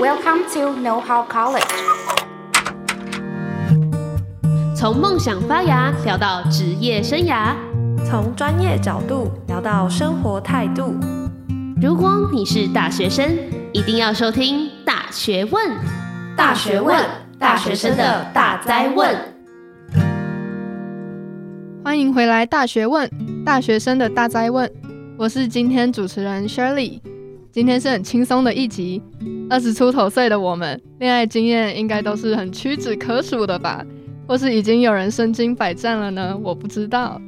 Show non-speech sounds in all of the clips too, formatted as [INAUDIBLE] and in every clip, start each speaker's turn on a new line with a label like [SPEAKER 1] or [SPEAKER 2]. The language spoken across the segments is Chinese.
[SPEAKER 1] Welcome to Know How College。
[SPEAKER 2] 从梦想发芽聊到职业生涯，
[SPEAKER 3] 从专业角度聊到生活态度。
[SPEAKER 2] 如果你是大学生，一定要收听《大学问》。
[SPEAKER 1] 大学问大学生的大灾问。
[SPEAKER 4] 欢迎回来，《大学问》大学生的大灾问，我是今天主持人 Shirley。今天是很轻松的一集，二十出头岁的我们，恋爱经验应该都是很屈指可数的吧？或是已经有人身经百战了呢？我不知道。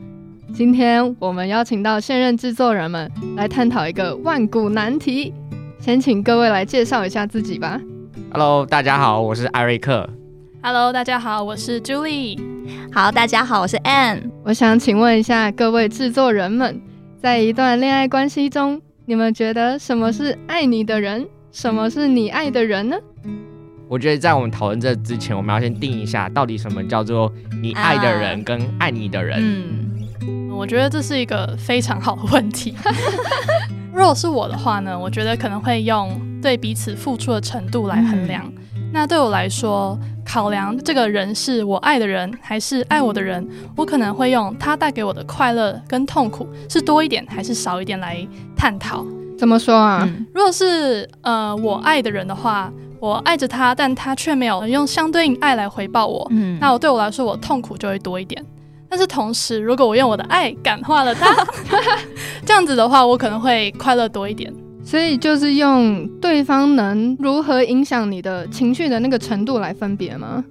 [SPEAKER 4] 今天我们邀请到现任制作人们来探讨一个万古难题，先请各位来介绍一下自己吧。
[SPEAKER 5] Hello，大家好，我是艾瑞克。
[SPEAKER 6] Hello，大家好，我是 Julie。
[SPEAKER 7] 好，大家好，我是 Ann。
[SPEAKER 4] 我想请问一下各位制作人们，在一段恋爱关系中，你们觉得什么是爱你的人，什么是你爱的人呢？
[SPEAKER 5] 我觉得在我们讨论这之前，我们要先定一下，到底什么叫做你爱的人跟爱你的人。
[SPEAKER 7] 嗯，
[SPEAKER 6] 我觉得这是一个非常好的问题。 [LAUGHS] 如果是我的话呢，我觉得可能会用对彼此付出的程度来衡量。那对我来说，考量这个人是我爱的人还是爱我的人，我可能会用他带给我的快乐跟痛苦是多一点还是少一点来探讨。
[SPEAKER 4] 怎么说啊？
[SPEAKER 7] 嗯
[SPEAKER 6] 如果是呃我爱的人的话，我爱着他，但他却没有用相对应爱来回报我，
[SPEAKER 7] 嗯
[SPEAKER 6] 那我对我来说，我痛苦就会多一点。但是同时，如果我用我的爱感化了他， [LAUGHS] 这样子的话，我可能会快乐多一点。
[SPEAKER 4] 所以就是用对方能如何影响你的情绪的那个程度来分别吗？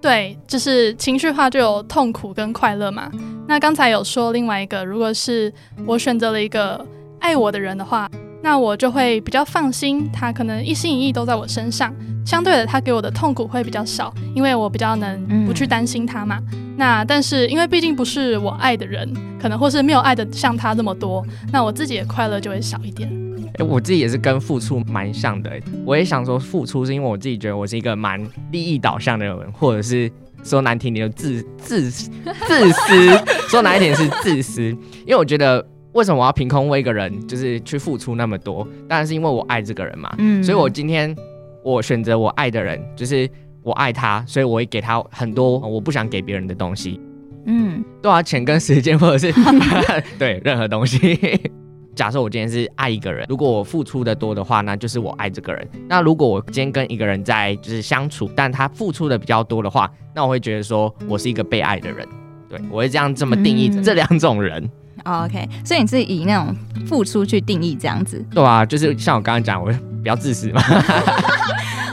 [SPEAKER 6] 对，就是情绪化就有痛苦跟快乐嘛。那刚才有说另外一个，如果是我选择了一个爱我的人的话，那我就会比较放心，他可能一心一意都在我身上。相对的，他给我的痛苦会比较少，因为我比较能不去担心他嘛。那但是因为毕竟不是我爱的人，可能或是没有爱的像他这么多，那我自己的快乐就会少一点。
[SPEAKER 5] 诶我自己也是跟付出蛮像的、诶我也想说付出，是因为我自己觉得我是一个蛮利益导向的人，或者是说难听点就自自自私， [LAUGHS] 说难一点是自私。因为我觉得为什么我要凭空为一个人就是去付出那么多？当然是因为我爱这个人嘛。
[SPEAKER 7] 嗯
[SPEAKER 5] 所以我今天我选择我爱的人，就是我爱他，所以我会给他很多我不想给别人的东西，
[SPEAKER 7] 嗯
[SPEAKER 5] 对啊，钱跟时间或者是 [LAUGHS] 对任何东西。 [LAUGHS] 假设我今天是爱一个人，如果我付出的多的话，那就是我爱这个人。那如果我今天跟一个人在就是相处，但他付出的比较多的话，那我会觉得说我是一个被爱的人。对我会这样这么定义
[SPEAKER 7] 嗯
[SPEAKER 5] 这两种人， [LAUGHS]
[SPEAKER 7] 哦，OK。所以你是以那种付出去定义这样子？
[SPEAKER 5] 对啊，就是像我刚刚讲，我比较自私嘛，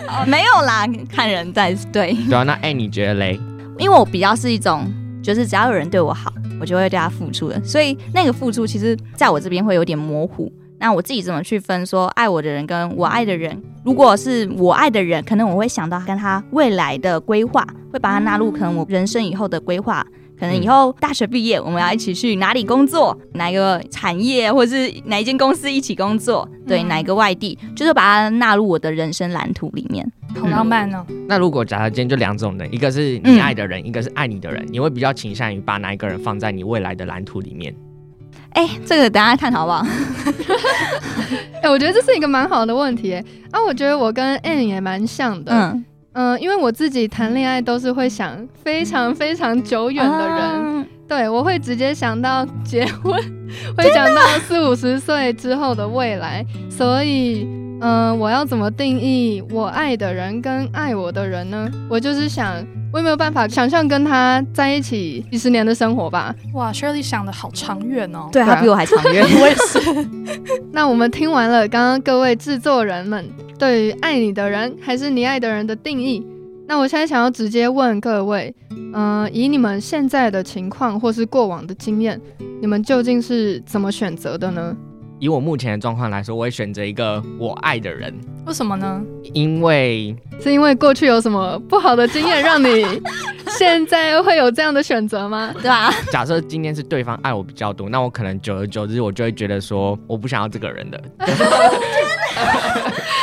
[SPEAKER 7] 哦，没有啦，看人在对。
[SPEAKER 5] 对啊。那哎、你觉得嘞？
[SPEAKER 7] 因为我比较是一种，就是只要有人对我好，我就会对他付出的，所以那个付出其实在我这边会有点模糊。那我自己怎么去分说爱我的人跟我爱的人？如果是我爱的人，可能我会想到跟他未来的规划，会把他纳入可能我人生以后的规划。可能以后大学毕业，我们要一起去哪里工作，哪个产业，或是哪一间公司一起工作，对，
[SPEAKER 6] 嗯
[SPEAKER 7] 哪一个外地，就是把它纳入我的人生蓝图里面。
[SPEAKER 6] 好浪漫哦！
[SPEAKER 5] 那如果假设今天就两种人，一个是你爱的人，一个是爱你的人，你会比较倾向于把哪一个人放在你未来的蓝图里面？
[SPEAKER 7] 哎、这个等一下探讨好不好？
[SPEAKER 4] 哎、我觉得这是一个蛮好的问题、哎啊，我觉得我跟 Anne 也蛮像的。嗯
[SPEAKER 7] 嗯，
[SPEAKER 4] 因为我自己谈恋爱都是会想非常非常久远的人，
[SPEAKER 7] 啊
[SPEAKER 4] 对我会直接想到结婚， [LAUGHS] 会想到四五十岁之后的未来。所以，嗯、我要怎么定义我爱的人跟爱我的人呢？我就是想，我也没有办法想象跟他在一起几十年的生活吧。
[SPEAKER 6] 哇，Shirley 想的好长远哦。
[SPEAKER 4] 对
[SPEAKER 7] 对
[SPEAKER 4] 啊
[SPEAKER 7] 他比我还长
[SPEAKER 4] [LAUGHS]
[SPEAKER 7] 远。
[SPEAKER 6] 我也是。
[SPEAKER 4] 那我们听完了刚刚各位制作人们对于爱你的人还是你爱的人的定义，那我现在想要直接问各位，嗯、以你们现在的情况或是过往的经验，你们究竟是怎么选择的呢？
[SPEAKER 5] 以我目前的状况来说，我会选择一个我爱的人，
[SPEAKER 6] 为什么呢？
[SPEAKER 5] 因为
[SPEAKER 4] 是因为过去有什么不好的经验，让 [LAUGHS] 你现在会有这样的选择吗？
[SPEAKER 7] [LAUGHS] 对啊吧、
[SPEAKER 5] 假设今天是对方爱我比较多，那我可能久而久之，我就会觉得说我不想要这个人了。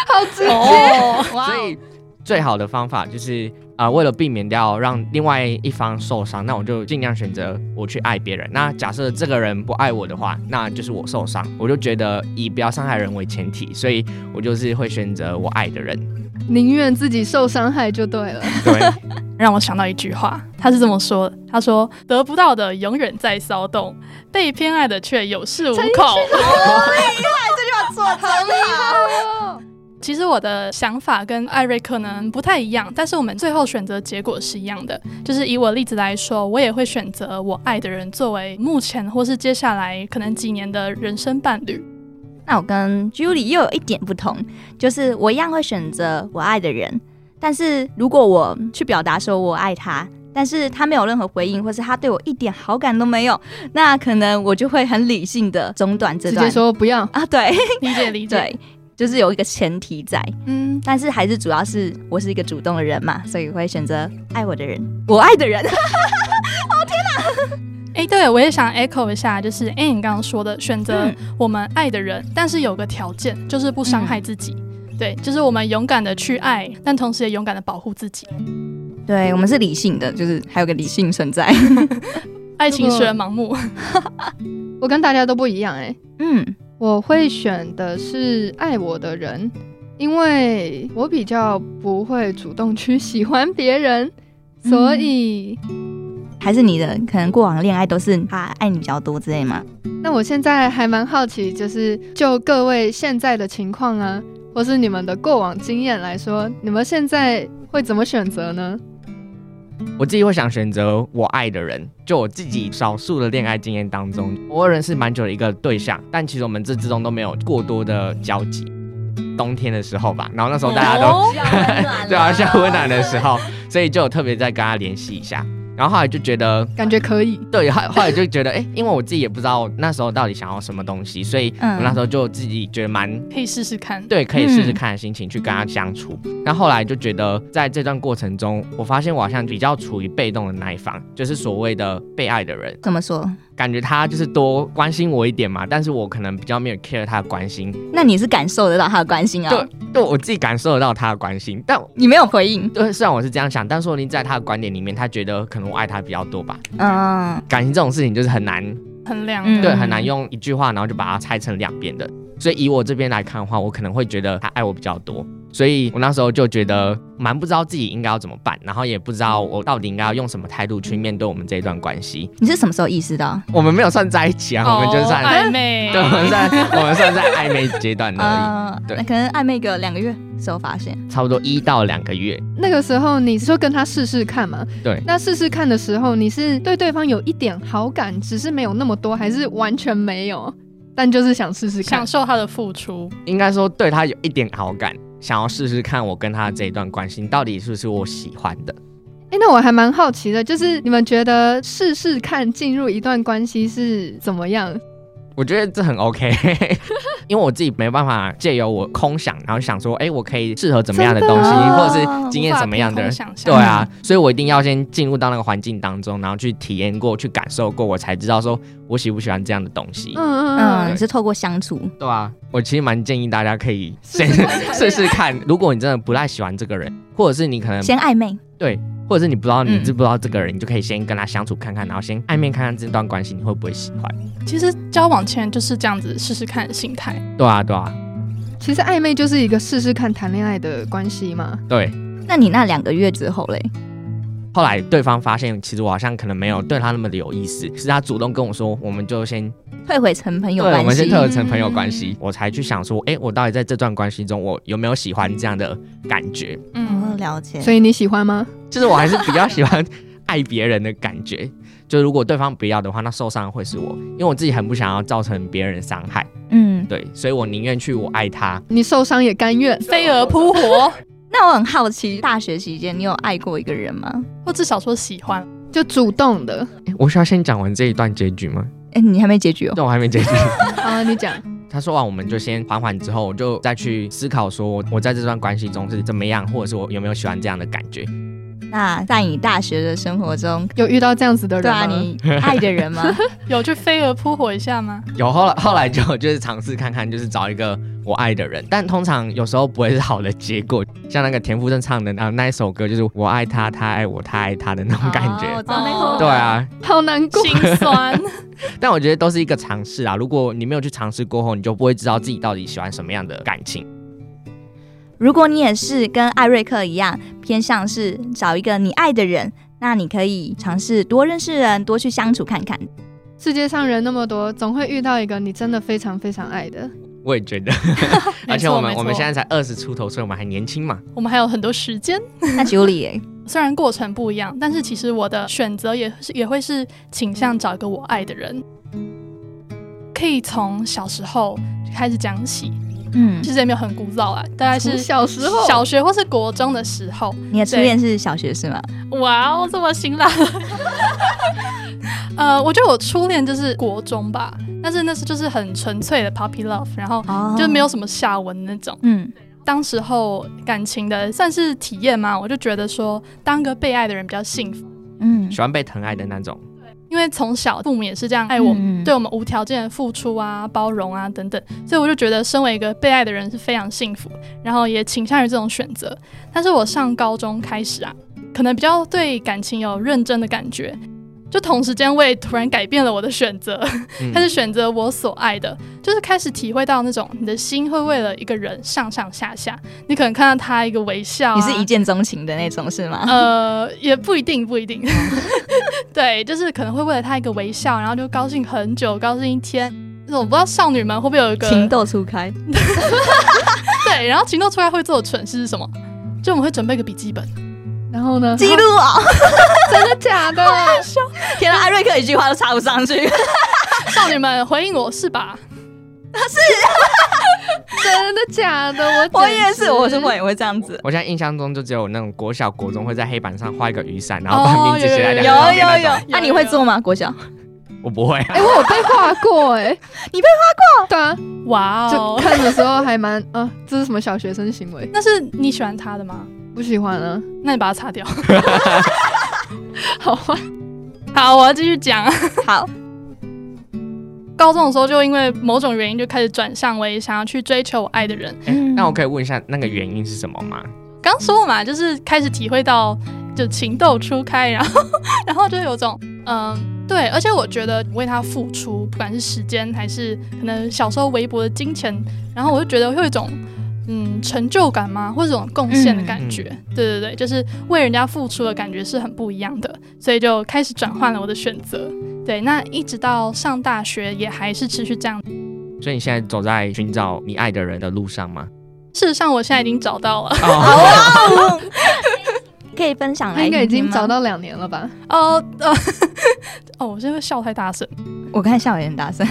[SPEAKER 4] 好直接，
[SPEAKER 6] 哦，
[SPEAKER 5] 所以最好的方法就是啊、呃为了避免掉让另外一方受伤，那我就尽量选择我去爱别人。那假设这个人不爱我的话，那就是我受伤。我就觉得以不要伤害人为前提，所以我就是会选择我爱的人。
[SPEAKER 4] 宁愿自己受伤害就对了。
[SPEAKER 5] 对，
[SPEAKER 6] 让我想到一句话，他是这么说的：“他说得不到的永远在骚动，被偏爱的却有恃无恐。 [LAUGHS] 其实我的想法跟艾瑞克呢不太一样，但是我们最后选择结果是一样的。就是以我例子来说，我也会选择我爱的人作为目前或是接下来可能几年的人生伴侣。
[SPEAKER 7] [LAUGHS] 那我跟 Julie 又有一点不同，就是我一样会选择我爱的人，但是如果我去表达说我爱他，但是他没有任何回应，或是他对我一点好感都没有，那可能我就会很理性的中断这
[SPEAKER 4] 直
[SPEAKER 7] 段。
[SPEAKER 4] 接说不要，
[SPEAKER 7] 啊，对
[SPEAKER 4] [LAUGHS]
[SPEAKER 6] 理解理解，
[SPEAKER 7] 对，就是有一个前提在，
[SPEAKER 6] 嗯，
[SPEAKER 7] 但是还是主要是我是一个主动的人嘛，所以我会选择爱我的人，我爱的人。
[SPEAKER 6] 诶，对，我也想 echo 一下，就是诶，你刚刚说的选择
[SPEAKER 7] 嗯
[SPEAKER 6] 我们爱的人，但是有个条件，就是不伤害自己。
[SPEAKER 5] 嗯
[SPEAKER 6] 对，就是我们勇敢的去爱，但同时也勇敢的保护自己。
[SPEAKER 7] [LAUGHS] 对我们是理性的，就是还有个理性
[SPEAKER 4] [LAUGHS]
[SPEAKER 7] 存在。
[SPEAKER 6] 爱情使人盲目，
[SPEAKER 5] 嗯
[SPEAKER 4] 我跟大家都不一样哎、
[SPEAKER 7] 嗯，
[SPEAKER 4] 我会选的是爱我的人，因为我比较不会主动去喜欢别人，所以、
[SPEAKER 7] 还是你的可能过往恋爱都是他爱你比较多之类嘛。
[SPEAKER 4] 那我现在还蛮好奇，就是就各位现在的情况啊，或是你们的过往经验来说，你们现在会怎么选择呢？
[SPEAKER 5] 我自己会想选择我爱的人，就我自己少数的恋爱经验当中，我认识蛮久的一个对象，但其实我们这之中都没有过多的交集。冬天的时候吧，然后那时候大家
[SPEAKER 6] 哦
[SPEAKER 5] 都、 [LAUGHS] 对啊，像温暖的时候，所以就有特别再跟他联系一下。然后后来就觉得， [LAUGHS]
[SPEAKER 4] 感觉可以，
[SPEAKER 5] 对，后后来就觉得，哎、因为我自己也不知道那时候到底想要什么东西，所以
[SPEAKER 7] 嗯
[SPEAKER 5] 我那时候就自己觉得蛮
[SPEAKER 6] 可以试试看。
[SPEAKER 5] 对，可以试试看的心情去跟他相处。那、后来就觉得，在这段过程中，我发现我好像比较处于被动的那一方，就是所谓的被爱的人，
[SPEAKER 7] 怎么说？
[SPEAKER 5] 感觉他就是多关心我一点嘛，但是我可能比较没有 care 他的关心，
[SPEAKER 7] 那你是感受得到他的关心啊？
[SPEAKER 5] 对，对我自己感受得到他的关心，但
[SPEAKER 7] 你没有回应。
[SPEAKER 5] 对，虽然我是这样想，但说不定在他的观点里面，他觉得可能我爱他比较多吧。
[SPEAKER 7] 嗯，
[SPEAKER 5] 感情这种事情就是很难，
[SPEAKER 6] 衡量
[SPEAKER 7] 嗯
[SPEAKER 5] 对，很难用一句话然后就把它拆成两边的。所以以我这边来看的话，我可能会觉得他爱我比较多，所以我那时候就觉得蛮不知道自己应该要怎么办，然后也不知道我到底应该要用什么态度去面对我们这一段关系。
[SPEAKER 7] 你是什么时候意识到？
[SPEAKER 5] 我们没有算在一起啊，我们就算、
[SPEAKER 6] 哦暧昧，
[SPEAKER 5] 对，我们算 [LAUGHS] 我们算在暧昧阶段而
[SPEAKER 7] 嗯，
[SPEAKER 5] 对
[SPEAKER 7] 那可能暧昧个两个月时候发现。
[SPEAKER 5] 已，差不多一到两个月。
[SPEAKER 4] 那个时候你说跟他试试看嘛？
[SPEAKER 5] 对
[SPEAKER 4] 那试试看的时候，你是对对方有一点好感，只是没有那么多，还是完全没有？但就是想试试看
[SPEAKER 6] 享。受他的付出。
[SPEAKER 5] 应该说对他有一点好感，想要试试看我跟他这一段关系到底是不是我喜欢的。
[SPEAKER 4] 哎，那我还蛮好奇的，就是你们觉得试试看进入一段关系是怎么样？
[SPEAKER 5] 我觉得这很 OK，因为我自己没办法借由我空想，然后想说，哎、我可以适合怎么样的东西，
[SPEAKER 7] 真的啊
[SPEAKER 5] 或者是经验怎么样的
[SPEAKER 6] 无
[SPEAKER 5] 人
[SPEAKER 6] 法凭空想象
[SPEAKER 5] 对
[SPEAKER 6] [LAUGHS]
[SPEAKER 5] 啊，所以我一定要先进入到那个环境当中，然后去体验过，去感受过，我才知道说我喜不喜欢这样的东西。
[SPEAKER 4] 嗯
[SPEAKER 7] 嗯，
[SPEAKER 4] 嗯
[SPEAKER 7] 你是透过相处。
[SPEAKER 5] 对啊，我其实蛮建议大家可
[SPEAKER 7] [LAUGHS]
[SPEAKER 5] 以先
[SPEAKER 4] 试试看
[SPEAKER 5] 试试看，如果你真的不太喜欢这个人，或者是你可能
[SPEAKER 7] 先暧昧，
[SPEAKER 5] 对，或者是你不知道你
[SPEAKER 7] 嗯
[SPEAKER 5] 知不知道这个人，你就可以先跟他相处看看，然后先暧昧看看这段关系你会不会喜欢。
[SPEAKER 6] 其实交往前就是这样子试试看的心态。
[SPEAKER 5] 对啊，对啊，
[SPEAKER 4] 嗯。其实暧昧就是一个试试看谈恋爱的关系嘛。
[SPEAKER 5] 对。
[SPEAKER 7] 那你那两个月之后嘞？
[SPEAKER 5] 后来对方发现，其实我好像可能没有对他那么的有意思，是他主动跟我说，我们就先
[SPEAKER 7] 退回成朋友
[SPEAKER 5] 对，我
[SPEAKER 7] 关
[SPEAKER 5] 们先
[SPEAKER 7] 系
[SPEAKER 5] 退。合成朋友关系，我才去想说，哎，我到底在这段关系中，我有没有喜欢这样的感觉？
[SPEAKER 7] 哦，
[SPEAKER 6] 嗯，
[SPEAKER 7] 了解。
[SPEAKER 4] 所以你喜欢吗？
[SPEAKER 5] 就是我还是比较喜欢爱别人的感觉。 [LAUGHS] 就如果对方不要的话，那受伤会是我，因为我自己很不想要造成别人的伤害，
[SPEAKER 7] 嗯，
[SPEAKER 5] 对，所以我宁愿去我爱他。
[SPEAKER 4] 你受伤也甘愿。
[SPEAKER 6] 飞蛾扑火，
[SPEAKER 7] 那我很好奇，大学期间你有爱过一个人吗？
[SPEAKER 6] 或至少说喜欢。
[SPEAKER 4] 就主动的
[SPEAKER 5] 诶我需要先讲完这一段结局
[SPEAKER 7] [LAUGHS]
[SPEAKER 5] 吗？
[SPEAKER 7] 哎，你还没结局哦。
[SPEAKER 5] 但我还没结局。
[SPEAKER 4] 啊！你讲，
[SPEAKER 5] 他说完，我们就先缓缓，之后我就再去思考，说我在这段关系中是怎么样，或者是我有没有喜欢这样的感觉。
[SPEAKER 7] 那在你大学的生活中，
[SPEAKER 4] 有遇到这样子的
[SPEAKER 7] 对
[SPEAKER 4] 人
[SPEAKER 7] 啊，
[SPEAKER 4] 吗？
[SPEAKER 7] 你爱
[SPEAKER 5] [LAUGHS]
[SPEAKER 7] 的人吗？
[SPEAKER 6] 有去飞蛾扑火一下吗？
[SPEAKER 5] 有后来后来就就是尝试看看，就是找一个我爱的人，但通常有时候不会是好的结果。像那个田馥甄唱的那那一首歌，就是我爱他，他爱我，他爱他的那种感觉。
[SPEAKER 7] 哦我知道那首
[SPEAKER 5] 对啊，
[SPEAKER 4] 好难过。
[SPEAKER 6] 心酸，
[SPEAKER 5] 但我觉得都是一个尝试啊。如果你没有去尝试过后，你就不会知道自己到底喜欢什么样的感情。
[SPEAKER 7] 如果你也是跟艾瑞克一样，偏向是找一个你爱的人，那你可以尝试多认识人，多去相处看 [LAUGHS] 看。
[SPEAKER 4] 世界上人那么多，总会遇到一个你真的非常非常爱的。
[SPEAKER 5] 我也觉得，而且我们我们现在才二十出头，所以我们还年轻嘛。
[SPEAKER 6] 我们还有很多时间。
[SPEAKER 7] 那 Julie，
[SPEAKER 6] 虽然过程不一样，但是其实我的选择也是也会是倾向找一个我爱的人。可以从小时候就开始讲起，
[SPEAKER 7] 嗯
[SPEAKER 6] 其，实也没有很古早啊，大概
[SPEAKER 4] 从
[SPEAKER 6] 是
[SPEAKER 4] 小时候，
[SPEAKER 6] 小学或是国中的时候。
[SPEAKER 7] 你的初
[SPEAKER 6] 对
[SPEAKER 7] 恋是小学是吗？
[SPEAKER 6] 哇哦，这么辛辣！呃，我觉得我初恋就是国中吧，但是那是就是很纯粹的 puppy love，然后
[SPEAKER 7] 哦
[SPEAKER 6] 就没有什么下文的那种。
[SPEAKER 7] 嗯，
[SPEAKER 6] 当时候感情的算是体验嘛，我就觉得说当个被爱的人比较幸福，
[SPEAKER 7] 嗯
[SPEAKER 5] 喜欢被疼爱的那种，
[SPEAKER 6] 因为从小父母也是这样爱我们，
[SPEAKER 7] 嗯
[SPEAKER 6] 对我们无条件的付出啊、包容啊等等，所以我就觉得身为一个被爱的人是非常幸福，然后也倾向于这种选择。但是我上高中开始啊，可能比较对感情有认真的感觉。就同时间，我也突然改变了我的选择，
[SPEAKER 5] 嗯
[SPEAKER 6] 开始选择我所爱的，就是开始体会到那种你的心会为了一个人上上下下。你可能看到他一个微笑、啊，
[SPEAKER 7] 你是一见钟情的那种是吗？
[SPEAKER 6] [LAUGHS] 呃，也不一定，不一定。 [LAUGHS] 对，就是可能会为了他一个微笑，然后就高兴很久，高兴一天。就是我不知道少女们会不会有一个
[SPEAKER 7] 情窦初开，
[SPEAKER 6] [LAUGHS] 对，然后情窦出来会做的蠢事是什么？就我们会准备一个笔记本，
[SPEAKER 4] 然后呢？
[SPEAKER 7] 记录哦！
[SPEAKER 4] 真的假的？
[SPEAKER 7] [LAUGHS] 天啊，艾瑞克一句话都插不上去。
[SPEAKER 6] [LAUGHS] 少女们回应我是吧？
[SPEAKER 4] 真的假的？我
[SPEAKER 7] [LAUGHS] 我
[SPEAKER 4] 简
[SPEAKER 7] 也是，
[SPEAKER 4] 直
[SPEAKER 7] 我是我也会这样子。
[SPEAKER 5] 我现在印象中就只有那种国小、国中会在黑板上画一个雨伞，然后把名字写在两
[SPEAKER 6] 有
[SPEAKER 7] 有
[SPEAKER 5] 个旁边
[SPEAKER 7] 哦有
[SPEAKER 5] 那种
[SPEAKER 7] 有，那你会做吗？国小
[SPEAKER 5] 我不
[SPEAKER 7] [LAUGHS]
[SPEAKER 5] 会、
[SPEAKER 4] 哎、我有被画过哎、
[SPEAKER 7] 你
[SPEAKER 4] 被画过？对啊，
[SPEAKER 6] 哇
[SPEAKER 4] 就
[SPEAKER 6] 哦！
[SPEAKER 4] 看的时候还蛮啊，这是什么小学生行为？
[SPEAKER 6] 那是你喜欢他的吗？
[SPEAKER 4] 不喜欢啊，
[SPEAKER 6] 那你把它擦掉。 [LAUGHS]
[SPEAKER 4] 好啊，
[SPEAKER 6] 好，我要继续讲。 [LAUGHS]
[SPEAKER 7] 好，
[SPEAKER 6] 高中的时候就因为某种原因就开始转向为想要去追求我爱的人。
[SPEAKER 5] 哎那我可以问一下那个原因是什么吗？
[SPEAKER 6] 刚说了嘛，就是开始体会到就情窦初开，然后 [LAUGHS] 然后就有种嗯。对，而且我觉得为他付出，不管是时间还是可能小时候微薄的金钱，然后我就觉得会有一种嗯成就感吗，或者一种贡献的感觉。对对对，就是为人家付出的感觉是很不一样的，所以就开始转换了我的选择。对，那一直到上大学也还是持续这样。
[SPEAKER 5] 所以你现在走在寻找你爱的人的路上吗？
[SPEAKER 6] 事实上，我现在已经找到了。
[SPEAKER 5] 哦， [LAUGHS]
[SPEAKER 7] 可以分享
[SPEAKER 4] 他
[SPEAKER 7] 来
[SPEAKER 4] 应该已
[SPEAKER 7] 听
[SPEAKER 4] 经
[SPEAKER 7] 吗
[SPEAKER 4] 找，到两年了吧？
[SPEAKER 6] 哦呃， [LAUGHS] 哦，我现在笑太大声。
[SPEAKER 7] 我看笑有点大声。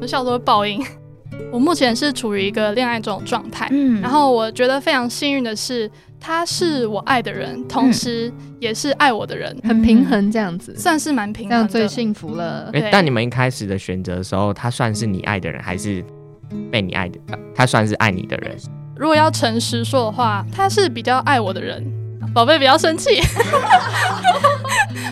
[SPEAKER 6] 我笑都会爆音。 [LAUGHS] 我目前是处于一个恋爱这种状态，
[SPEAKER 7] 嗯
[SPEAKER 6] 然后我觉得非常幸运的是，他是我爱的人，同
[SPEAKER 4] 嗯
[SPEAKER 6] 时也是爱我的人，
[SPEAKER 4] 很平衡这样子，
[SPEAKER 6] 算是蛮平
[SPEAKER 4] 这
[SPEAKER 6] 衡
[SPEAKER 4] 样
[SPEAKER 6] 的。
[SPEAKER 4] 最幸福了。
[SPEAKER 5] 哎、
[SPEAKER 6] 对
[SPEAKER 5] 但你们一开始的选择的时候，他算是你爱的人，还是被你爱的？呃他算是爱你的人，
[SPEAKER 6] 如果要诚实说的话，他是比较爱我的人。宝贝，不要生气。 [LAUGHS]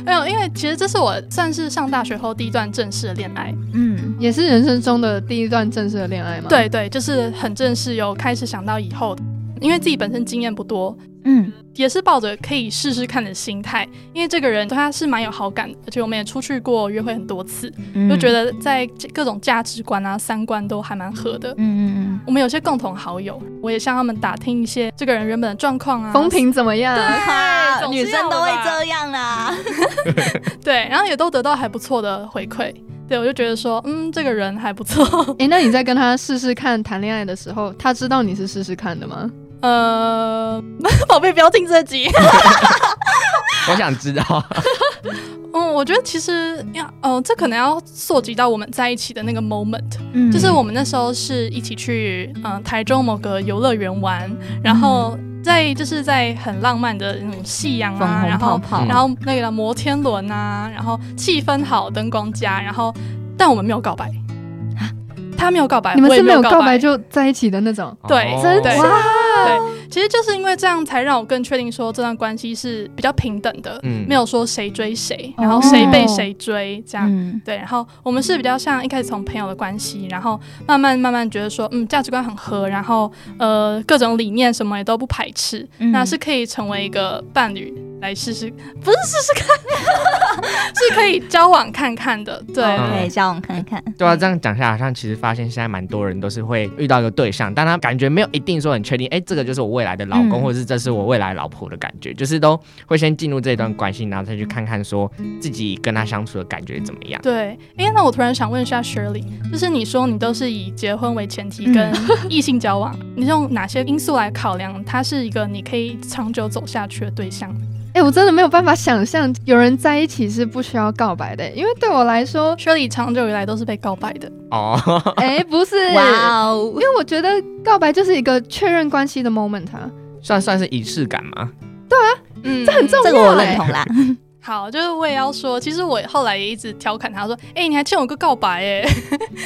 [SPEAKER 6] 没有，因为其实这是我算是上大学后第一段正式的恋爱。
[SPEAKER 7] 嗯，
[SPEAKER 4] 也是人生中的第一段正式的恋爱吗？，
[SPEAKER 6] 对对，就是很正式，有开始想到以后的，因为自己本身经验不多，
[SPEAKER 7] 嗯
[SPEAKER 6] 也是抱着可以试试看的心态，因为这个人对他是蛮有好感的，而且我们也出去过约会很多次，
[SPEAKER 7] 嗯，
[SPEAKER 6] 就觉得在这各种价值观啊、三观都还蛮合的。
[SPEAKER 7] 嗯，嗯嗯
[SPEAKER 6] 我们有些共同好友，我也向他们打听一些这个人原本的状况啊，
[SPEAKER 4] 风评怎么样？
[SPEAKER 7] 啊
[SPEAKER 6] 哎总是
[SPEAKER 7] 女生
[SPEAKER 6] 要的
[SPEAKER 7] 都会
[SPEAKER 6] 吧
[SPEAKER 7] 这样啊啦。
[SPEAKER 6] 对，然后也都得到还不错的回馈。对我就觉得说，嗯，这个人还
[SPEAKER 4] [LAUGHS]
[SPEAKER 6] 不错。
[SPEAKER 4] 哎、那你在跟他试试看谈恋爱的时候，他知道你是试试看的吗？
[SPEAKER 6] 呃， [LAUGHS] 宝贝，不要听这
[SPEAKER 4] [LAUGHS]
[SPEAKER 6] 集。
[SPEAKER 5] 我想知道。
[SPEAKER 6] 嗯，我觉得其实要，呃，这可能要溯及到我们在一起的那个 moment。
[SPEAKER 7] 嗯
[SPEAKER 6] 就是我们那时候是一起去嗯、呃台中某个游乐园玩，然后
[SPEAKER 4] 嗯
[SPEAKER 6] 在就是在很浪漫的那种夕阳
[SPEAKER 7] 粉
[SPEAKER 6] 啊，
[SPEAKER 7] 红
[SPEAKER 6] 然
[SPEAKER 7] 泡
[SPEAKER 6] 后
[SPEAKER 7] 泡，
[SPEAKER 6] 然后那个摩天轮啊，然后气氛好，灯光佳，然后但我们没有告白。他没有告白，
[SPEAKER 4] 你们
[SPEAKER 6] 我也
[SPEAKER 4] 是
[SPEAKER 6] 没
[SPEAKER 4] 没有
[SPEAKER 6] 告
[SPEAKER 4] 告白就啊在一起的那种，
[SPEAKER 6] 对
[SPEAKER 5] 哦
[SPEAKER 4] 真
[SPEAKER 6] 对
[SPEAKER 4] 哇
[SPEAKER 6] 其实就是因为这样，才让我更确定说这段关系是比较平等的，
[SPEAKER 5] 嗯
[SPEAKER 6] 没有说谁追谁，
[SPEAKER 7] 哦
[SPEAKER 6] 然后谁被谁追这样。
[SPEAKER 7] 嗯，
[SPEAKER 6] 对，然后我们是比较像一开始从朋友的关系，然后慢慢慢慢觉得说，嗯，价值观很合，然后呃各种理念什么也都不排斥，
[SPEAKER 7] 嗯
[SPEAKER 6] 那是可以成为一个伴侣来试试，不是试试看， [LAUGHS] 是可以交往看看的。对，
[SPEAKER 5] 嗯
[SPEAKER 7] 可以交往看看。
[SPEAKER 5] 对啊，这样讲下来，好像其实发现现在蛮多人都是会遇到一个对象，但他感觉没有一定说很确定，哎，这个就是我未来的老公，
[SPEAKER 7] 嗯
[SPEAKER 5] 或者是这是我未来老婆的感觉，就是都会先进入这段关系，然后再去看看说自己跟他相处的感觉怎么样。
[SPEAKER 6] 对，哎，那我突然想问一下 Shirley，就是你说你都是以结婚为前提
[SPEAKER 7] 嗯
[SPEAKER 6] 跟异性交往，你用哪些因素来考量他是一个你可以长久走下去的对象？，
[SPEAKER 4] 哎、我真的没有办法想象有人在一起是不需要告白的，因为对我来说
[SPEAKER 5] [LAUGHS]
[SPEAKER 6] Shirley 长久以来都是被告白的，
[SPEAKER 5] 哦，
[SPEAKER 4] 哎、不是，因
[SPEAKER 7] 哇哦，
[SPEAKER 4] 为我觉得告白就是一个确认关系的 moment 啊，
[SPEAKER 5] 算算是仪式感嘛。
[SPEAKER 6] 嗯，这很重
[SPEAKER 7] 这个我认同啦。
[SPEAKER 6] 好，就是我也要说，其实我后来也一直调侃他说：“哎、你还欠我个告白哎、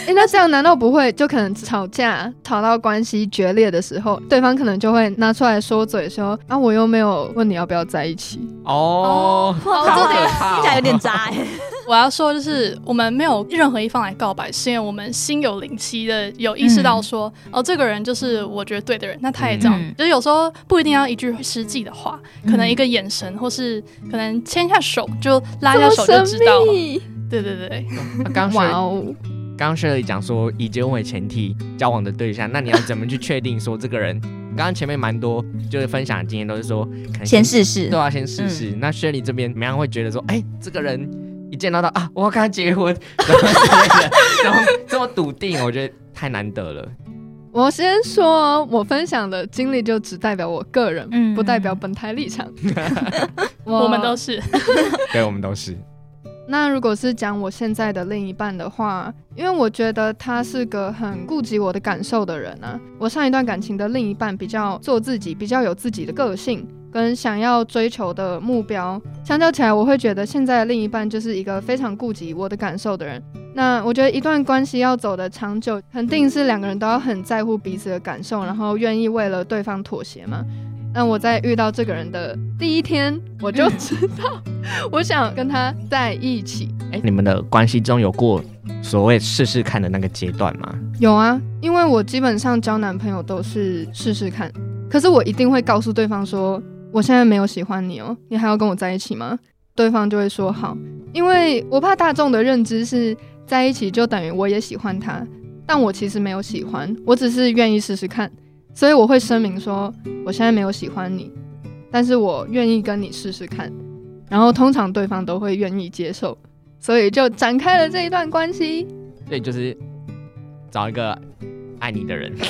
[SPEAKER 4] 哎、那这样难道不会就可能吵架，吵到关系决裂的时候，对方可能就会拿出来说嘴说啊，我又没有问你要不要在一起，
[SPEAKER 5] 哦，好
[SPEAKER 7] 哇这
[SPEAKER 5] 可
[SPEAKER 7] 个
[SPEAKER 5] 怕
[SPEAKER 7] 听
[SPEAKER 5] 哦
[SPEAKER 7] 起来有点渣哎。
[SPEAKER 6] [LAUGHS] 我要说，就是我们没有任何一方来告白，是因为我们心有灵犀的有意识到说，哦，这个人就是我觉得对的人，那他也这样。
[SPEAKER 7] 嗯
[SPEAKER 6] 就是有时候不一定要一句实际的话，可能
[SPEAKER 7] 嗯
[SPEAKER 6] 一个眼神，或是可能牵一下手，就拉
[SPEAKER 4] 这
[SPEAKER 6] 一下
[SPEAKER 4] 么
[SPEAKER 6] 手就
[SPEAKER 4] 神
[SPEAKER 6] 知道了。
[SPEAKER 4] 秘，
[SPEAKER 6] 对对对，
[SPEAKER 5] 那刚
[SPEAKER 4] 哇
[SPEAKER 5] 刚
[SPEAKER 4] 哦，
[SPEAKER 5] 刚刚 Shirley 讲说以结婚为前提交往的对象，那你要怎么去确定说这个人？刚刚前面蛮多就是分享的经验都是说，可能
[SPEAKER 7] 先试试
[SPEAKER 5] 对，啊，先试试。那 Shirley 这边怎么样会觉得说，哎、这个人一见到他啊，我要跟他结 [LAUGHS] 婚，然后之类的，然后这么笃定，我觉得太难得了。
[SPEAKER 4] 我先说，我分享的经历就只代表我个人，
[SPEAKER 7] 嗯
[SPEAKER 4] 不代表本台立
[SPEAKER 5] [LAUGHS]
[SPEAKER 4] 场。我
[SPEAKER 6] 我们都是。
[SPEAKER 5] 对，我们都是。
[SPEAKER 4] 那如果是讲我现在的另一半的话，因为我觉得他是个很顾及我的感受的人啊。我上一段感情的另一半比较做自己，比较有自己的个性跟想要追求的目标。相较起来，我会觉得现在的另一半就是一个非常顾及我的感受的人。那我觉得一段关系要走得长久，肯定是两个人都要很在乎彼此的感受，然后愿意为了对方妥协嘛。那我在遇到这个人的第一天，我就 [LAUGHS] 知道我想跟他在一起。
[SPEAKER 5] 哎、你们的关系中有过所谓试试看的那个阶段吗？
[SPEAKER 4] 有啊，因为我基本上交男朋友都是试试看，可是我一定会告诉对方说，我现在没有喜欢你哦，你还要跟我在一起吗？对方就会说好，因为我怕大众的认知是在一起就等于我也喜欢他，但我其实没有喜欢，我只是愿意试试看，所以我会声明说，我现在没有喜欢你，但是我愿意跟你试试看，然后通常对方都会愿意接受，所以就展开了这一段关系。
[SPEAKER 5] 所以就是找一个爱你的人。 [LAUGHS]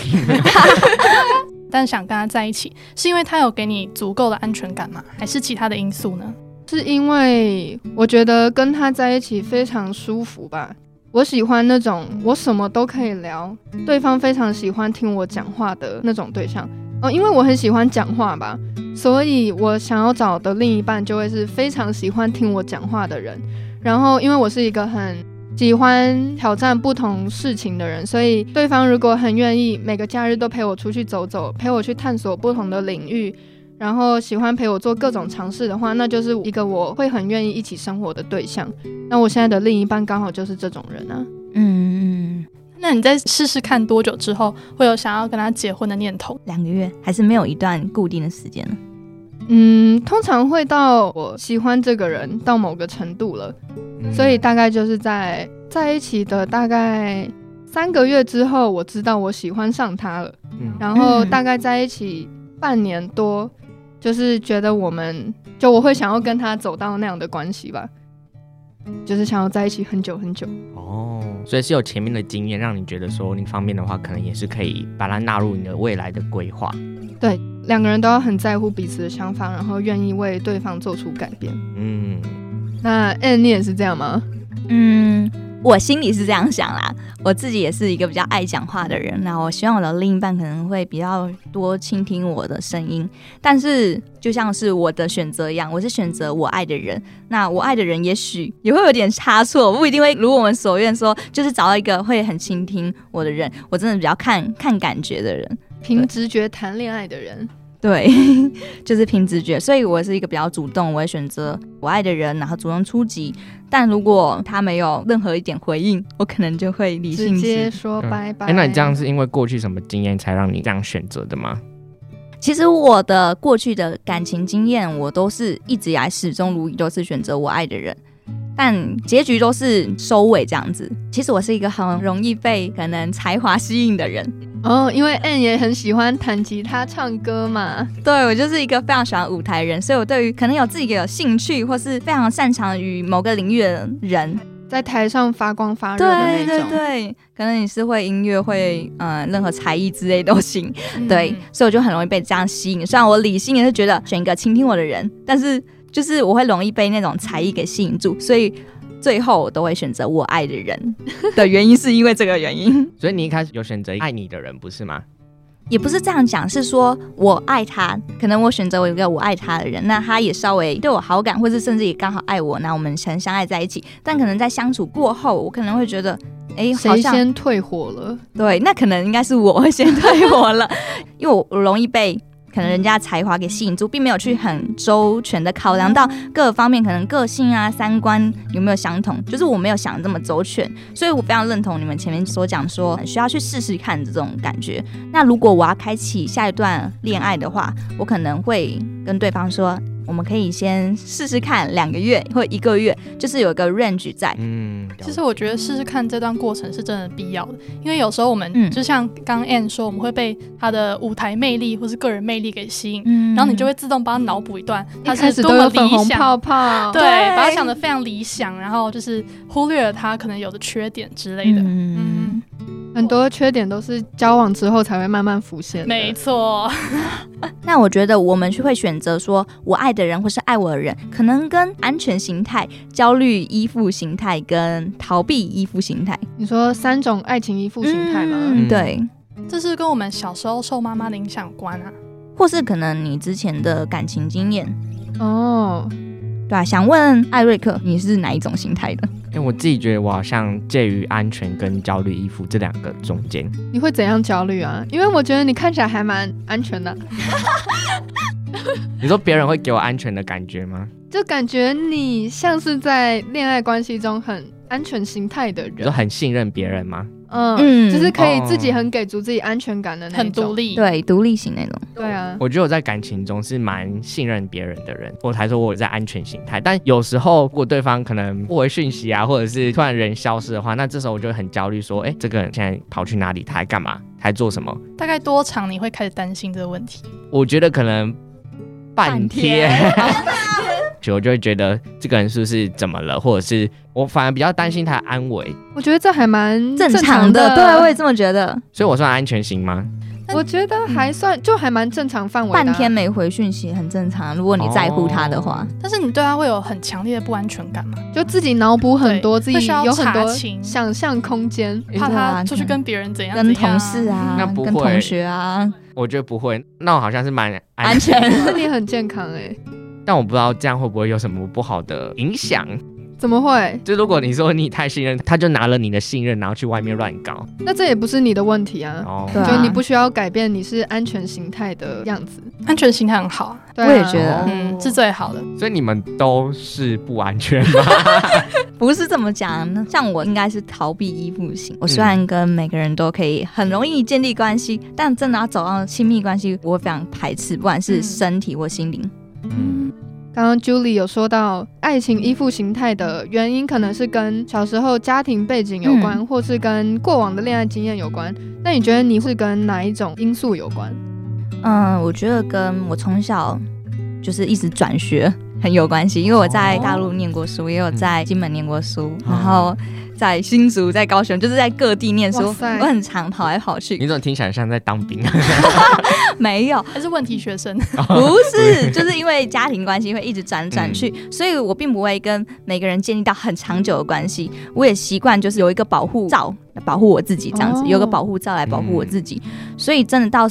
[SPEAKER 6] 但想跟他在一起，是因为他有给你足够的安全感吗？还是其他的因素呢？
[SPEAKER 4] 是因为我觉得跟他在一起非常舒服吧。我喜欢那种我什么都可以聊，对方非常喜欢听我讲话的那种对象。哦，因为我很喜欢讲话吧，所以我想要找的另一半就会是非常喜欢听我讲话的人。然后，因为我是一个很喜欢挑战不同事情的人，所以对方如果很愿意每个假日都陪我出去走走，陪我去探索不同的领域，然后喜欢陪我做各种尝试的话，那就是一个我会很愿意一起生活的对象。那我现在的另一半刚好就是这种人啊。
[SPEAKER 7] 嗯，嗯
[SPEAKER 6] 那你在试试看多久之后会有想要跟他结婚的念头？
[SPEAKER 7] 两个月还是没有一段固定的时间呢。
[SPEAKER 4] 嗯，通常会到我喜欢这个人到某个程度了，所以大概就是在在一起的大概三个月之后，我知道我喜欢上他了。
[SPEAKER 5] 嗯，
[SPEAKER 4] 然后
[SPEAKER 7] 嗯
[SPEAKER 4] 大概在一起半年多，就是觉得我们就我会想要跟他走到那样的关系吧，就是想要在一起很久很久。
[SPEAKER 5] 哦，所以是有前面的经验，让你觉得说那方面的话，可能也是可以把它纳入你的未来的规划。
[SPEAKER 4] 两个人都要很在乎彼此的想法，然后愿意为对方做出改变。
[SPEAKER 5] 嗯，
[SPEAKER 4] 那 Anne 你也是这样吗？
[SPEAKER 7] 嗯，我心里是这样想啦，我自己也是一个比较爱讲话的人，那我希望我的另一半可能会比较多倾听我的声音。但是就像是我的选择一样，我是选择我爱的人，那我爱的人也许也会有点差错，不一定会如我们所愿说，就是找到一个会很倾听我的人。我真的比较看看感觉的人，
[SPEAKER 4] 凭直觉谈恋爱的人，
[SPEAKER 7] [LAUGHS] 对，就是凭直觉，所以我是一个比较主动，我会选择我爱的人，然后主动出击。但如果他没有任何一点回应，我可能就会理性
[SPEAKER 4] 直接
[SPEAKER 7] 些。
[SPEAKER 4] 说
[SPEAKER 5] 嗯
[SPEAKER 4] 拜拜。
[SPEAKER 5] 哎，那你这样是因为过去什么经验才让你这样选择的吗？
[SPEAKER 7] 其实我的过去的感情经验，我都是一直以来始终如一，都是选择我爱的人，但结局都是收尾这样子。其实我是一个很容易被可能才华吸引的人，
[SPEAKER 4] 哦，因为 N 也很喜欢弹吉他、唱歌嘛。
[SPEAKER 7] 对我就是一个非常喜欢舞台人，所以我对于可能有自己的兴趣或是非常擅长于某个领域的人，
[SPEAKER 4] 在台上发光发热的那
[SPEAKER 7] 对
[SPEAKER 4] 种。
[SPEAKER 7] 对对，可能你是会音乐会，嗯、任何才艺之类都行。
[SPEAKER 4] 嗯
[SPEAKER 7] [LAUGHS] 对，所以我就很容易被这样吸引。虽然我理性也是觉得选一个倾听我的人，但是就是我会容易被那种才艺给吸引住，所以最后我都会选择我爱的人
[SPEAKER 4] [LAUGHS]
[SPEAKER 7] 的原因是因为这个原因。
[SPEAKER 5] 所以你一开始有选择爱你的人，不是吗？
[SPEAKER 7] 也不是这样讲，是说我爱他，可能我选择我一个我爱他的人，那他也稍微对我好感，或是甚至也刚好爱我，那我们曾相爱在一起。但可能在相处过后，我可能会觉得，哎，好
[SPEAKER 4] 谁
[SPEAKER 7] 像
[SPEAKER 4] 先退火了？
[SPEAKER 7] 对，那可能应该是我会先 [LAUGHS] 退我了，因为我我容易被可能人家的才华给吸引住，并没有去很周全的考量到各方面，可能个性啊、三观有没有相同，就是我没有想得这么周全，所以我非常认同你们前面所讲说需要去试试看这种感觉。那如果我要开启下一段恋爱的话，我可能会跟对方说。我们可以先试试看两个月或一个月，就是有一个 range 在。
[SPEAKER 5] 嗯，
[SPEAKER 6] 其实我觉得试试看这段过程是真的必要的，因为有时候我们、
[SPEAKER 7] 嗯
[SPEAKER 6] 就像刚 Anne 说，我们会被她的舞台魅力或是个人魅力给吸引，
[SPEAKER 7] 嗯
[SPEAKER 6] 然后你就会自动帮她脑补一段她
[SPEAKER 4] 一开
[SPEAKER 6] 是
[SPEAKER 4] 始
[SPEAKER 6] 多
[SPEAKER 4] 都
[SPEAKER 6] 么
[SPEAKER 4] 有粉
[SPEAKER 6] 理
[SPEAKER 4] 红
[SPEAKER 6] 想，
[SPEAKER 4] 泡泡。哎
[SPEAKER 6] 对，
[SPEAKER 7] 对
[SPEAKER 6] 把她想的非常理想，然后就是忽略了她可能有的缺点之类的。嗯，
[SPEAKER 4] 很多缺点都是交往之后才会慢慢浮现的。
[SPEAKER 6] 没错，
[SPEAKER 7] 那我觉得我们是会选择说我爱的人或是爱我的人，可能跟安全形态、焦虑依附形态跟逃避依附形态
[SPEAKER 4] 你说三种爱情依附形态吗？
[SPEAKER 7] 嗯对，
[SPEAKER 6] 这是跟我们小时候受妈妈的影响有关啊。
[SPEAKER 7] 或是可能你之前的感情经验，
[SPEAKER 4] 哦，
[SPEAKER 7] 对啊，想问艾瑞克，你是哪一种形态的？
[SPEAKER 5] 哎、我自己觉得我好像介于安全跟焦虑依附这两个中间。
[SPEAKER 4] 你会怎样焦虑啊？因为我觉得你看起来还蛮安全的，啊
[SPEAKER 5] 你说别人会给我安全的感觉吗？
[SPEAKER 4] 就感觉你像是在恋爱关系中很安全心态的
[SPEAKER 5] 你说
[SPEAKER 4] 人。
[SPEAKER 5] 很信任别人吗？
[SPEAKER 4] 嗯，
[SPEAKER 7] 嗯哦
[SPEAKER 4] 就是可以自己
[SPEAKER 5] 哦
[SPEAKER 4] 很给足自己安全感的那种。
[SPEAKER 6] 很独立，，
[SPEAKER 7] 对，独立型那种。
[SPEAKER 4] 对啊，
[SPEAKER 5] 我觉得我在感情中是蛮信任别人的人，我才说我在安全形态。但有时候如果对方可能不回讯息啊，或者是突然人消失的话，那这时候我就会很焦虑，说，哎、这个人现在跑去哪里？他还干嘛？他还做什么？
[SPEAKER 6] 大概多长你会开始担心这个问题？
[SPEAKER 5] 我觉得可能半天， [LAUGHS] 就我就会觉得这个人是不是怎么了，或者是我反而比较担心他的安危，
[SPEAKER 4] 我觉得这还蛮
[SPEAKER 7] 正
[SPEAKER 4] 常
[SPEAKER 7] 常的，对，我也这么觉得。
[SPEAKER 5] 所以我算安全型吗？
[SPEAKER 4] 我觉得还算就还蛮正常范围的啊。
[SPEAKER 7] 半天没回讯息很正常，如果你在乎他的话，
[SPEAKER 6] 但是你对她会有很强烈的不安全感吗？
[SPEAKER 4] 就自己脑补很多，自己
[SPEAKER 6] 对会需要
[SPEAKER 4] 有很
[SPEAKER 6] 查
[SPEAKER 4] 多
[SPEAKER 6] 情
[SPEAKER 4] 想象空
[SPEAKER 7] [LAUGHS]
[SPEAKER 4] 间。
[SPEAKER 6] 怕
[SPEAKER 7] 对啊
[SPEAKER 6] 她出去
[SPEAKER 7] 可能
[SPEAKER 6] 跟别人怎样
[SPEAKER 7] 跟
[SPEAKER 6] 怎样啊
[SPEAKER 7] 同事啊，
[SPEAKER 5] 那不
[SPEAKER 7] 跟
[SPEAKER 5] 会
[SPEAKER 7] 同学啊，
[SPEAKER 5] 我觉得不会，那我好像是蛮
[SPEAKER 7] 安全。
[SPEAKER 4] 那你很健康哎、
[SPEAKER 5] 但我不知道这样会不会有什么不好的影响。
[SPEAKER 4] 怎么会？
[SPEAKER 5] 就如果你说你太信任，他就拿了你的信任，然后去外面乱搞。
[SPEAKER 4] 那这也不是你的问题啊。
[SPEAKER 5] 哦，
[SPEAKER 7] 对啊
[SPEAKER 4] 就你不需要改变你是安全形态的样子。
[SPEAKER 6] 安全心态很好啊，
[SPEAKER 4] 对啊
[SPEAKER 7] 我也觉得
[SPEAKER 6] 嗯，是最好的。
[SPEAKER 5] 所以你们都是不安全吗？
[SPEAKER 7] 不是这么讲，那像我应该是逃避依附型。我虽然跟每个人都可以很容易建立关系，但真的要走到亲密关系，我非常排斥，不管是身体或心灵。
[SPEAKER 5] 嗯，
[SPEAKER 4] 刚刚 Julie 有说到，爱情依附形态的原因可能是跟小时候家庭背景有关，
[SPEAKER 7] 嗯
[SPEAKER 4] 或是跟过往的恋爱经验有关。那你觉得你是跟哪一种因素有关？
[SPEAKER 7] 嗯，我觉得跟我从小就是一直转学很有关系，因为我在大陆念过书，也有在金门念过书，
[SPEAKER 5] 嗯
[SPEAKER 7] 然后在新竹、在高雄，就是在各地念书。
[SPEAKER 4] 哇塞
[SPEAKER 5] [LAUGHS]
[SPEAKER 7] 我很常跑来跑去 [LAUGHS]
[SPEAKER 5] 你，怎么听起来像在当兵？
[SPEAKER 7] 没有，
[SPEAKER 6] 还是问题学生？ [LAUGHS]
[SPEAKER 5] [LAUGHS]
[SPEAKER 7] 不是，就是因为家庭关系会一直转来转去，
[SPEAKER 5] 嗯
[SPEAKER 7] 所以我并不会跟每个人建立到很长久的关系。我也习惯就是有一个保护罩来保护我自己，这样子、
[SPEAKER 6] 哦
[SPEAKER 7] 有个保护罩来保护我自己。
[SPEAKER 5] 嗯
[SPEAKER 7] 所以真的到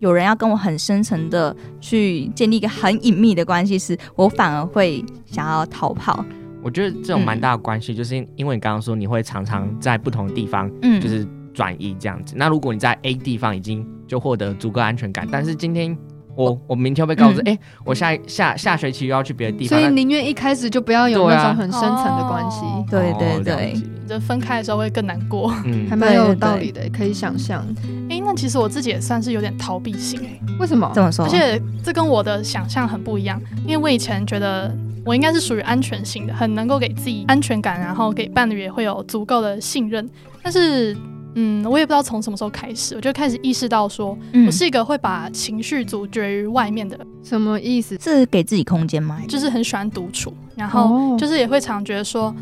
[SPEAKER 7] 有人要跟我很深层的去建立一个很隐秘的关系时，我反而会想要逃跑。
[SPEAKER 5] 我觉得这种蛮大的关系，就是因为你刚刚说你会常常在不同的地方
[SPEAKER 7] 嗯，
[SPEAKER 5] 就是转移这样子。那如果你在 A 地方已经就获得足够安全感，但是今天我我明天会被告知，哎、我下下下学期又要去别的地
[SPEAKER 4] 所
[SPEAKER 5] 方，哦
[SPEAKER 4] 以
[SPEAKER 5] 那
[SPEAKER 4] 宁愿一开始就不要有
[SPEAKER 5] 对
[SPEAKER 4] 那
[SPEAKER 5] 啊
[SPEAKER 4] 种很深层的关系，
[SPEAKER 6] 哦
[SPEAKER 7] 对
[SPEAKER 5] 哦
[SPEAKER 7] 对
[SPEAKER 5] 了
[SPEAKER 7] 对
[SPEAKER 5] 解，
[SPEAKER 6] 你的分开的时候会更难过。
[SPEAKER 4] 还
[SPEAKER 5] 嗯，
[SPEAKER 4] 蛮有
[SPEAKER 7] 对对
[SPEAKER 4] 道理的，可以想象。
[SPEAKER 6] 诶，那其实我自己也算是有点逃避型诶，
[SPEAKER 4] 为什么？
[SPEAKER 7] 这么说
[SPEAKER 6] 而，且这跟我的想象很不一样，因为我以前觉得我应该是属于安全型的，很能够给自己安全感，然后给伴侣也会有足够的信任。但是，嗯，我也不知道从什么时候开始，我就开始意识到说，
[SPEAKER 7] 嗯
[SPEAKER 6] 我是一个会把情绪阻绝于外面的人，
[SPEAKER 4] 什么意思？
[SPEAKER 7] 是给自己空间吗？
[SPEAKER 6] 就是很喜欢独处，然后
[SPEAKER 4] 哦，
[SPEAKER 6] 就是也会常觉得说，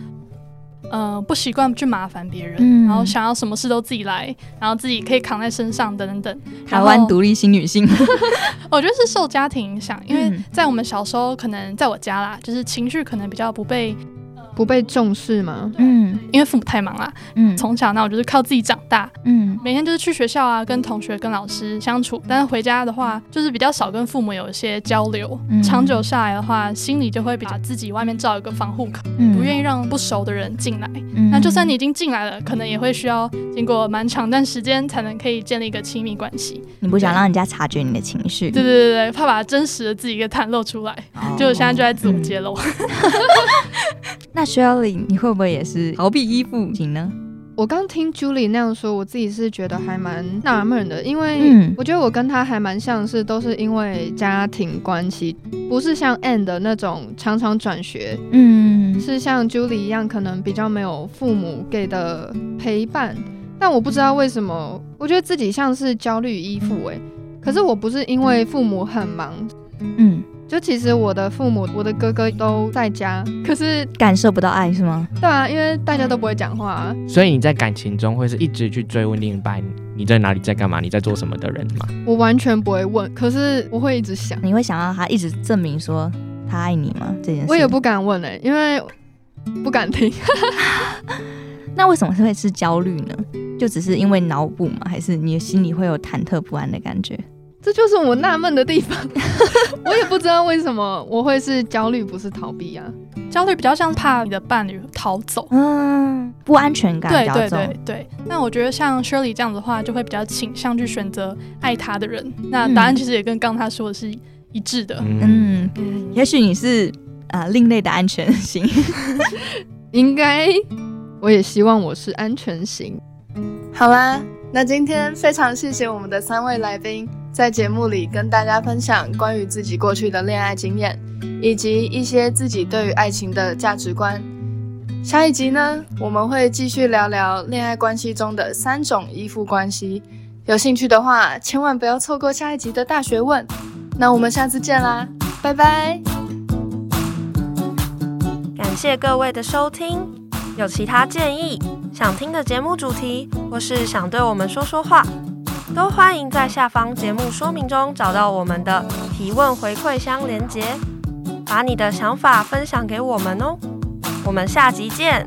[SPEAKER 6] 呃，不习惯去麻烦别人，
[SPEAKER 7] 嗯
[SPEAKER 6] 然后想要什么事都自己来，然后自己可以扛在身上等等等。
[SPEAKER 7] 台湾
[SPEAKER 6] 然后哦
[SPEAKER 7] 独立新女性，
[SPEAKER 6] 我觉得是受家庭影响，因为
[SPEAKER 7] 嗯
[SPEAKER 6] 在我们小时候，可能在我家啦，就是情绪可能比较不被，
[SPEAKER 4] 不被重视吗？
[SPEAKER 7] 嗯
[SPEAKER 6] 因为父母太忙啦。
[SPEAKER 7] 嗯
[SPEAKER 6] 从小那我就是靠自己长大，
[SPEAKER 7] 嗯
[SPEAKER 6] 每天就是去学校啊，跟同学、跟老师相处，但是回家的话，就是比较少跟父母有一些交流。
[SPEAKER 7] 嗯
[SPEAKER 6] 长久下来的话，心里就会把自己外面罩一个防护壳，
[SPEAKER 7] 嗯
[SPEAKER 6] 不愿
[SPEAKER 7] 意，
[SPEAKER 6] 意让不熟的人进来。
[SPEAKER 7] 嗯
[SPEAKER 6] 那就算你已经进来了，可能也会需要经过蛮长段时间才能可以建立一个亲密关系。
[SPEAKER 7] 你不想让人家察觉你的情绪，
[SPEAKER 6] 对对对对，怕把真实的自己给袒露出来。
[SPEAKER 7] 哦
[SPEAKER 6] 就我现在就在自我揭露。
[SPEAKER 7] 嗯那 Shirley，你会不会也是逃避依附型呢？
[SPEAKER 4] 我刚听 Julie 那样说，我自己是觉得还蛮纳闷的，因为
[SPEAKER 7] 嗯
[SPEAKER 4] 我觉得我跟她还蛮像是，都是因为家庭关系，不是像 Anne 的那种常常转学，
[SPEAKER 7] 嗯
[SPEAKER 4] 是像 Julie 一样，可能比较没有父母给的陪伴。但我不知道为什么，我觉得自己像是焦虑依附诶、可是我不是因为父母很忙，
[SPEAKER 7] 嗯，
[SPEAKER 4] 就其实我的父母，我的哥哥都在家，可是
[SPEAKER 7] 感受不到爱是吗？
[SPEAKER 4] 对啊，因为大家都不会讲话啊、
[SPEAKER 5] 所以你在感情中会是一直去追问另一半你在哪里，在干嘛，你在做什么的人吗？
[SPEAKER 4] 我完全不会问，可是我会一直想。
[SPEAKER 7] 你会想要他一直证明说他爱你吗？这件事，
[SPEAKER 4] 我也。不敢问哎、因为不敢听。 [LAUGHS]
[SPEAKER 7] 那为什么会是焦虑呢？就只是因为脑补吗？还是你心里会有忐忑不安的感觉？
[SPEAKER 4] 这就是我纳闷
[SPEAKER 8] [LAUGHS]
[SPEAKER 4] 的地方，我也不知道为什么我会是焦虑，不是逃避啊。
[SPEAKER 6] [LAUGHS] 焦虑比较像怕你的伴侣逃走。
[SPEAKER 7] 嗯，不安全感
[SPEAKER 6] 对
[SPEAKER 7] 比较
[SPEAKER 6] 对
[SPEAKER 7] 重
[SPEAKER 6] 对对，那我觉得像 Shirley 这样子的话，就会比较倾向去选择爱他的人。那答案
[SPEAKER 7] 嗯
[SPEAKER 6] 其实也跟刚刚他说的是一致的。
[SPEAKER 5] 嗯，
[SPEAKER 7] 嗯，
[SPEAKER 6] 嗯，
[SPEAKER 7] 也许你是啊、呃另类的安全型。
[SPEAKER 4] 应该，我也希望我是安全型。
[SPEAKER 8] 好啦，那今天非常谢谢我们的三位来宾，在节目里跟大家分享关于自己过去的恋爱经验，以及一些自己对于爱情的价值观。下一集呢，我们会继续聊聊恋爱关系中的三种依附关系。有兴趣的话，千万不要错过下一集的大学问。那我们下次见啦，拜拜。
[SPEAKER 3] 感谢各位的收听。有其他建议、想听的节目主题，或是想对我们说说话，都欢迎在下方节目说明中找到我们的提问回馈箱连结，把你的想法分享给我们哦。我们下集见。